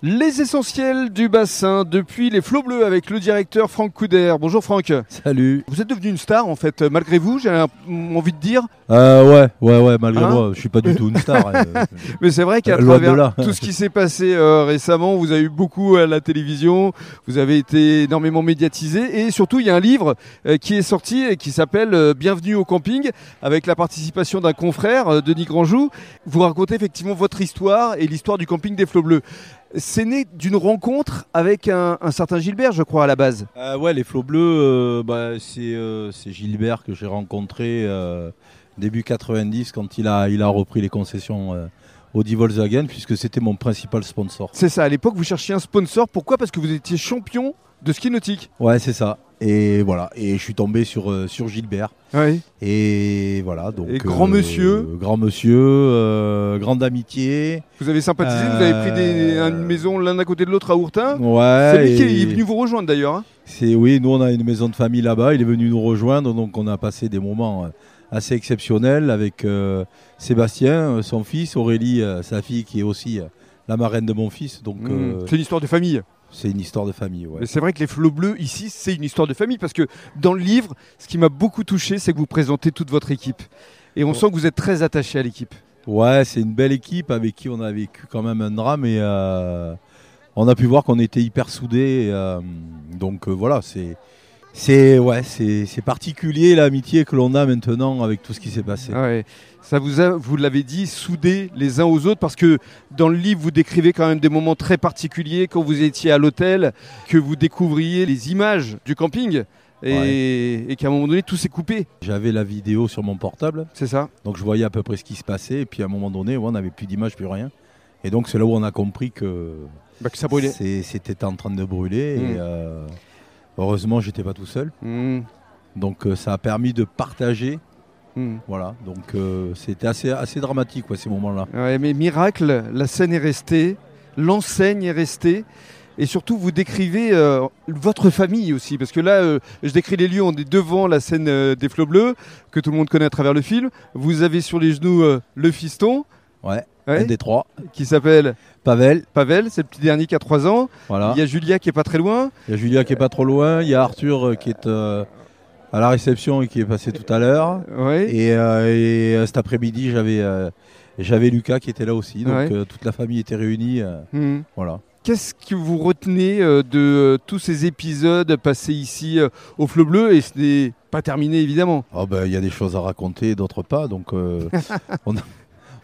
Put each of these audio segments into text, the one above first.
Les essentiels du bassin depuis les flots bleus avec le directeur Franck Couder. Bonjour Franck. Salut. Vous êtes devenu une star en fait, malgré vous, j'ai un- envie de dire. Euh, ouais, ouais, ouais, malgré Hein moi, je suis pas du tout une star. euh, Mais c'est vrai qu'à Euh, loin de travers là. tout ce qui s'est passé euh, récemment, vous avez eu beaucoup à la télévision, vous avez été énormément médiatisé et surtout il y a un livre euh, qui est sorti et qui s'appelle euh, Bienvenue au camping avec la participation d'un confrère, euh, Denis Grandjou. Vous racontez effectivement votre histoire et l'histoire du camping des Flots Bleus. C'est né d'une rencontre avec un, un certain Gilbert, je crois, à la base. Euh, ouais, les flots bleus, euh, bah, c'est euh, c'est Gilbert que j'ai rencontré euh, début 90 quand il a, il a repris les concessions euh, Audi Volkswagen puisque c'était mon principal sponsor. C'est ça, à l'époque vous cherchiez un sponsor. Pourquoi Parce que vous étiez champion de ski nautique. Ouais, c'est ça. Et voilà, et je suis tombé sur, euh, sur Gilbert. Oui. Et voilà, donc. euh, Et grand monsieur. Grand monsieur, euh, grande amitié. Vous avez sympathisé, Euh, vous avez pris des, une maison l'un à côté de l'autre à Ourtin. Ouais. C'est lui qui et- est venu vous rejoindre d'ailleurs. hein. C'est oui, nous on a une maison de famille là-bas. Il est venu nous rejoindre, donc on a passé des moments euh, assez exceptionnels avec euh, Sébastien, euh, son fils, Aurélie, euh, sa fille, qui est aussi euh, la marraine de mon fils. Donc Mmh. euh, C'est une histoire de famille. c'est une histoire de famille. ouais. Mais C'est vrai que les flots bleus ici, c'est une histoire de famille parce que dans le livre, ce qui m'a beaucoup touché, c'est que vous présentez toute votre équipe. Et on Ouais. sent que vous êtes très attaché à l'équipe. Ouais, c'est une belle équipe avec qui on a vécu quand même un drame et euh, on a pu voir qu'on était hyper soudés. et, euh, donc euh, voilà, c'est c'est ouais, c'est c'est particulier l'amitié que l'on a maintenant avec tout ce qui s'est passé. Ah Ouais. Ça vous a, vous l'avez dit, soudés les uns aux autres parce que dans le livre, vous décrivez quand même des moments très particuliers quand vous étiez à l'hôtel, que vous découvriez les images du camping et, et qu'à un moment donné, tout s'est coupé. J'avais la vidéo sur mon portable. C'est ça Donc je voyais à peu près ce qui se passait. Et puis à un moment donné, ouais, on n'avait plus d'image, plus rien. Et donc c'est là où on a compris que bah, Que ça c'est- c'était en train de brûler. Mm. Et euh, heureusement, j'étais pas tout seul. Mmh, Donc euh, ça a permis de partager. mmh. Voilà. Donc euh, c'était assez, assez dramatique ouais, ces moments-là. Ouais, mais miracle, la scène est restée, l'enseigne est restée. Et surtout, vous décrivez euh, votre famille aussi, parce que là, euh, je décris les lieux, on est devant la scène euh, des flots bleus, que tout le monde connaît à travers le film. Vous avez sur les genoux euh, le fiston, Ouais. ouais, Un des trois. qui s'appelle Pavel. Pavel, c'est le petit dernier qui a 3 ans. Voilà. Il y a Julia qui est pas très loin. Il y a Julia qui est pas trop loin. Il y a Arthur euh, qui est euh, à la réception et qui est passé tout à l'heure. Ouais. Et, euh, et, euh, cet après-midi, j'avais euh, j'avais Lucas qui était là aussi. Donc Ouais. euh, toute la famille était réunie. euh, Hmm. voilà. Qu'est-ce que vous retenez euh, de euh, tous ces épisodes passés ici euh, au Fleu Bleu Et ce n'est pas terminé, évidemment. Ah ben, il y a des choses à raconter, d'autres pas. Donc, euh, on, a,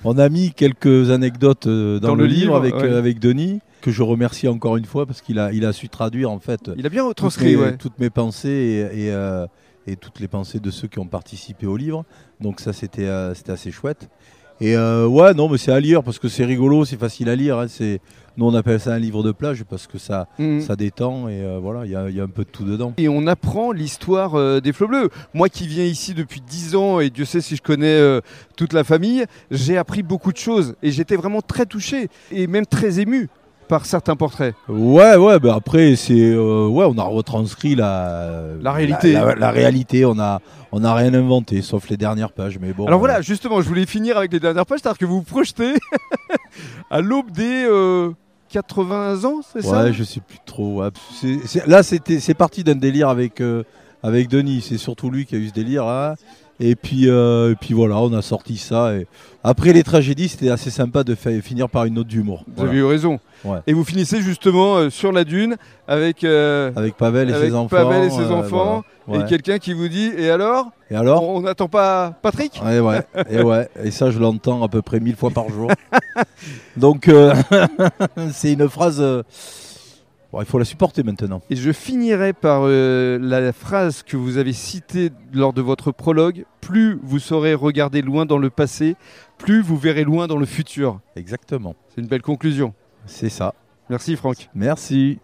on a mis quelques anecdotes euh, dans, Dans le, le livre, livre, avec, ouais. euh, avec Denis, que je remercie encore une fois parce qu'il a, il a su traduire en fait Il a bien toutes retranscrit, mes, ouais. toutes mes pensées et, et, euh, et toutes les pensées de ceux qui ont participé au livre. Donc ça, c'était euh, c'était assez chouette. Et euh, ouais, non, mais c'est à lire parce que c'est rigolo, c'est facile à lire. hein, c'est nous, on appelle ça un livre de plage parce que ça, Hmm. ça détend et euh, voilà, il y a- il y a un peu de tout dedans. Et on apprend l'histoire euh, des flots bleus. Moi qui viens ici depuis 10 ans et Dieu sait si je connais euh, toute la famille, j'ai appris beaucoup de choses et j'étais vraiment très touché et même très ému par certains portraits. Ouais, ouais, bah après, c'est. euh, ouais, on a retranscrit la. La réalité. La, la- la réalité, on a, on a rien inventé, sauf les dernières pages, mais bon. euh, Alors voilà, justement, je voulais finir avec les dernières pages, c'est-à-dire que vous vous projetez à l'aube des euh, 80 ans, c'est euh, ça Ouais, je sais plus trop. ouais. C'est- c'est- là, c'était, c'est parti d'un délire avec, euh, avec Denis, c'est surtout lui qui a eu ce délire là. Et puis, euh, et puis voilà, on a sorti ça. Et... Après les tragédies, c'était assez sympa de fa- finir par une note d'humour. Vous Voilà. avez eu raison. Ouais. Et vous finissez justement euh, sur la dune avec, euh, Avec Pavel et avec ses enfants. Pavel et ses euh, enfants voilà. Ouais. et quelqu'un qui vous dit Et alors Et alors On n'attend pas Patrick Et Eh ouais, et ouais, et ça je l'entends à peu près mille fois par jour. Donc euh, c'est une phrase. euh, bon, il faut la supporter maintenant. Et je finirai par euh, la phrase que vous avez citée lors de votre prologue. Plus vous saurez regarder loin dans le passé, plus vous verrez loin dans le futur. Exactement. C'est une belle conclusion. C'est ça. Merci Franck. Merci.